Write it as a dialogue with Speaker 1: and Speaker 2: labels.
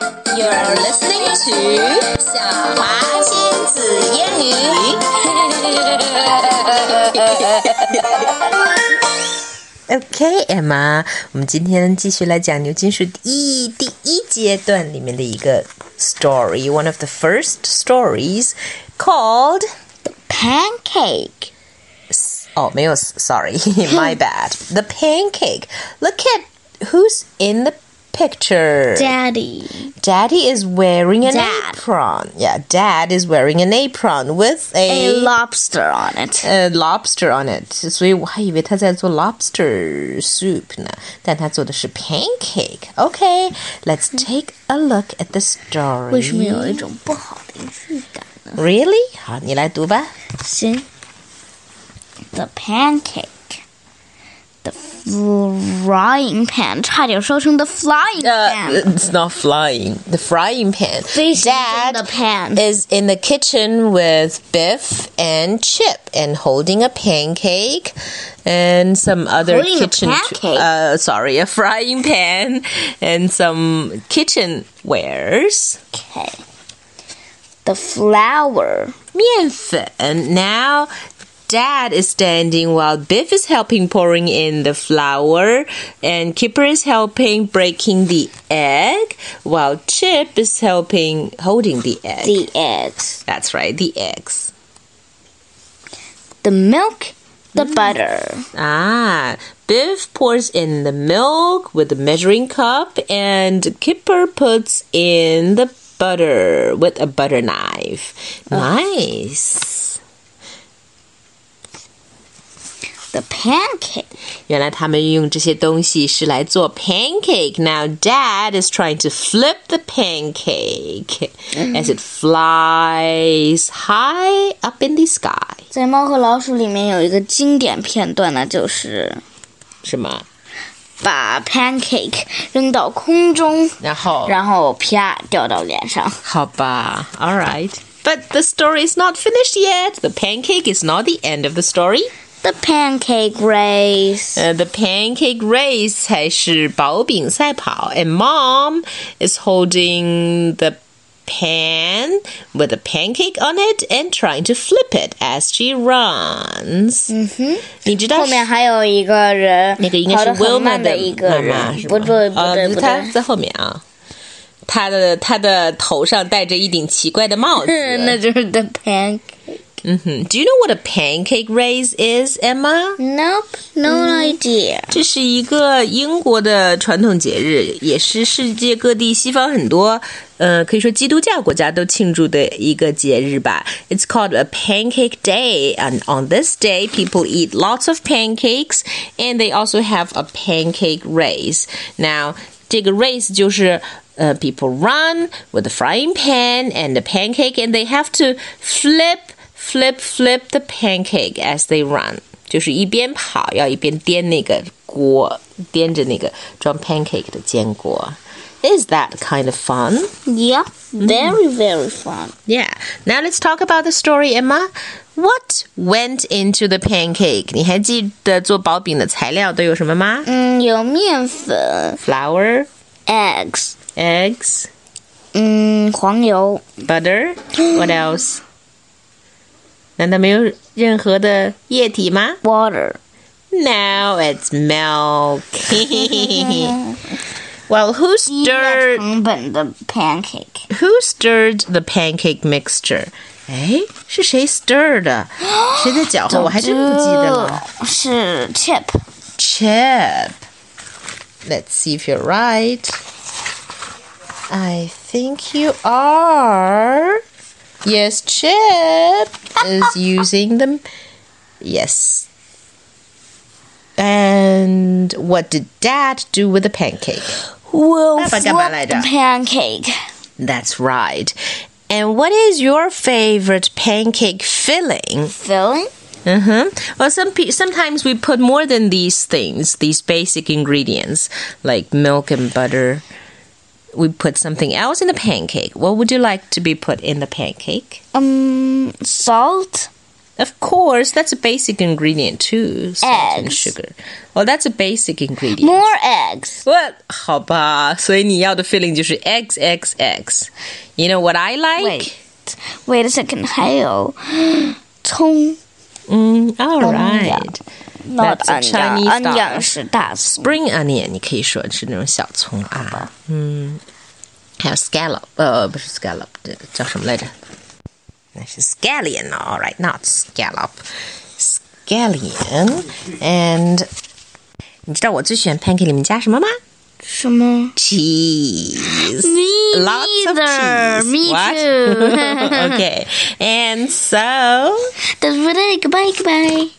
Speaker 1: You're listening to 小华亲子英语。
Speaker 2: OK, Emma，我们今天继续来讲牛津树第一第一阶段里面的一个 story, one of the first stories called
Speaker 1: Pancake.
Speaker 2: 哦，没有，sorry, my bad. The pancake. Look at who's in the picture.
Speaker 1: Daddy.
Speaker 2: Daddy is wearing an
Speaker 1: Dad.
Speaker 2: apron. Yeah, Dad is wearing an apron with
Speaker 1: A lobster on it.
Speaker 2: uh, lobster on it，所以我还以为他在做 lobster soup 呢，但他做的是 pancake。Okay, let's take a look at the story.
Speaker 1: 为什么有一种不好的预感呢？
Speaker 2: Really？好，你来读吧。
Speaker 1: 行。The pancake. The frying pan. 差点说成 the flying pan.
Speaker 2: it's not flying. The frying pan.
Speaker 1: 飞行中
Speaker 2: Dad
Speaker 1: 的 pan.
Speaker 2: is in the kitchen with Biff and Chip and holding a pancake and some other
Speaker 1: Holding a
Speaker 2: kitchen
Speaker 1: pancake?
Speaker 2: uh sorry, a frying pan and some kitchen wares.
Speaker 1: Okay. The flour.
Speaker 2: 面粉. Now Dad is standing while Biff is helping pouring in the flour and Kipper is helping breaking the egg while Chip is helping holding the egg.
Speaker 1: The eggs.
Speaker 2: That's right, the eggs.
Speaker 1: The milk. The butter.
Speaker 2: Ah, Biff pours in the milk with the measuring cup, and Kipper puts in the butter with a butter knife. Nice.
Speaker 1: The pancake.
Speaker 2: 原来他们用这些东西是来做 pancake. Now Dad is trying to flip the pancake as it flies high up in the sky.
Speaker 1: 在《猫和老鼠》里面有一个经典片段呢，就是把 pancake 扔到空中，然后啪掉到脸上。
Speaker 2: 好吧，All right. But the story is not finished yet. The pancake is not the end of the story.
Speaker 1: The pancake race.
Speaker 2: Uh, the pancake race 还是薄饼赛跑, and mom is holding the pan with a pancake on it and trying to flip it as she runs.
Speaker 1: Mm-hmm.
Speaker 2: 你知道
Speaker 1: 后面还有一个人
Speaker 2: 那个应
Speaker 1: 跑得
Speaker 2: 该是
Speaker 1: 很
Speaker 2: Wilma
Speaker 1: 慢
Speaker 2: 的
Speaker 1: 一个
Speaker 2: 妈妈
Speaker 1: 人，
Speaker 2: 是
Speaker 1: 不
Speaker 2: 吗
Speaker 1: 对不
Speaker 2: 呃
Speaker 1: 对
Speaker 2: 是
Speaker 1: 不
Speaker 2: 她
Speaker 1: 对，
Speaker 2: 在后面啊。她的她的头上戴着一顶奇怪的帽 子，
Speaker 1: 那就是 the pancake。
Speaker 2: 嗯哼 Mm-hmm. Do you know what a pancake race is, Emma？
Speaker 1: Nope, no
Speaker 2: Mm-hmm.
Speaker 1: idea.
Speaker 2: 这是一个英国的传统节日，也是世界各地西方很多，呃，可以说基督教国家都庆祝的一个节日吧。It's called a Pancake Day, and on this day, people eat lots of pancakes, and they also have a pancake race. Now，这个 race 就是。呃、p e o p l e run with a frying pan and a pancake, and they have to flip flip flip the pancake as they run，就是一边跑要一边颠那个锅，颠着那个装 pancake 的煎锅。Is that kind of fun?
Speaker 1: Yeah,
Speaker 2: Mm-hmm.
Speaker 1: very very fun.
Speaker 2: Yeah. Now let's talk about the story, Emma. What went into the pancake? 你还记得做薄饼的材料都有什么吗
Speaker 1: 嗯，有面粉
Speaker 2: ？Flour,
Speaker 1: eggs，
Speaker 2: eggs,
Speaker 1: 嗯，黄油
Speaker 2: butter. What else? 难道没有任何的液体吗？
Speaker 1: water。
Speaker 2: No, it's milk. well, who
Speaker 1: 低了
Speaker 2: stirred
Speaker 1: 成本的 pancake，
Speaker 2: who stirred the pancake mixture? Eh? 哎，是谁 stir 的？谁在搅和？我还真不记得了。
Speaker 1: 呃是 chip。
Speaker 2: Chip. Let's see if you're right. I think you are. Yes, Chip is using them. Yes. And what did Dad do with the pancake?
Speaker 1: Will
Speaker 2: 爸爸
Speaker 1: flip
Speaker 2: 干嘛来着
Speaker 1: the pancake.
Speaker 2: That's right. And what is your favorite pancake filling?
Speaker 1: Filling?
Speaker 2: hmm Well, some pe- sometimes we put more than these things, these basic ingredients like milk and butter. We put something else in the pancake. What would you like to be put in the pancake?
Speaker 1: Um, salt,
Speaker 2: Of course, that's a basic ingredient too. Salt and
Speaker 1: Eggs.
Speaker 2: sugar. Well, that's a basic ingredient.
Speaker 1: More eggs.
Speaker 2: Well, 好吧，所以你要的 filling 就是 x x x. You know what I like?
Speaker 1: Wait, wait a second. 还 有葱
Speaker 2: Mm, all right.
Speaker 1: ，not
Speaker 2: That's a
Speaker 1: onion.
Speaker 2: Chinese style.
Speaker 1: Onion 是大葱。
Speaker 2: Spring onion 你可以说是那种小葱啊。嗯，还有 scallop 呃不是 scallop 叫什么来着？那是 scallion. All right, not scallop. Scallion and 你知道我最喜欢 pancake 里面加什么吗？
Speaker 1: 什么
Speaker 2: Cheese.
Speaker 1: ？Me
Speaker 2: Lots of
Speaker 1: neither.
Speaker 2: cheese.
Speaker 1: Me
Speaker 2: What?
Speaker 1: too.
Speaker 2: okay. And so
Speaker 1: That's what I. Goodbye. Goodbye.